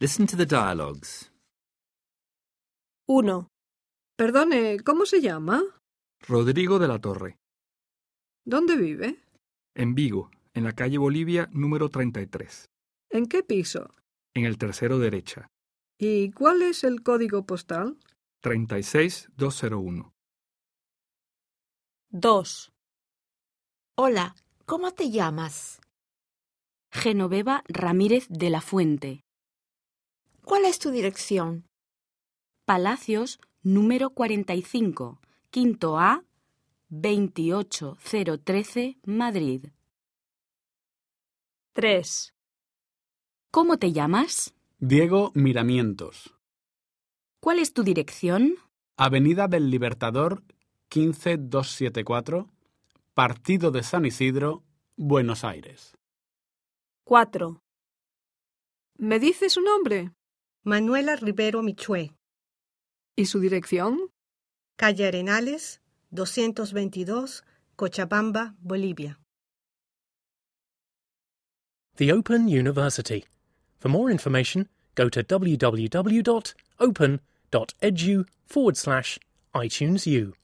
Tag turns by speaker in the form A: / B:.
A: Listen to the dialogues.
B: 1.
C: Perdone, ¿cómo se llama?
D: Rodrigo de la Torre,
C: ¿Dónde vive?
D: en Vigo, en la calle Bolivia número 33,
C: ¿En qué piso?
D: en el tercero derecha,
C: ¿Y cuál es el código postal?
D: 36201.
B: 2.
E: Hola, ¿cómo te llamas?
F: Genoveva Ramírez de la Fuente,
E: ¿Cuál es tu dirección?
F: Palacios número 45, quinto A, 28013, Madrid.
B: 3.
F: ¿Cómo te llamas?
G: Diego Miramientos,
F: ¿Cuál es tu dirección?
G: Avenida del Libertador 15274, Partido de San Isidro, Buenos Aires.
B: 4.
C: ¿Me dice su nombre?
H: Manuela Rivero Michué,
C: ¿Y su dirección?
H: calle Arenales, 222, Cochabamba, Bolivia.
I: The Open University. For more information, go to www.open.edu forward slash iTunes U.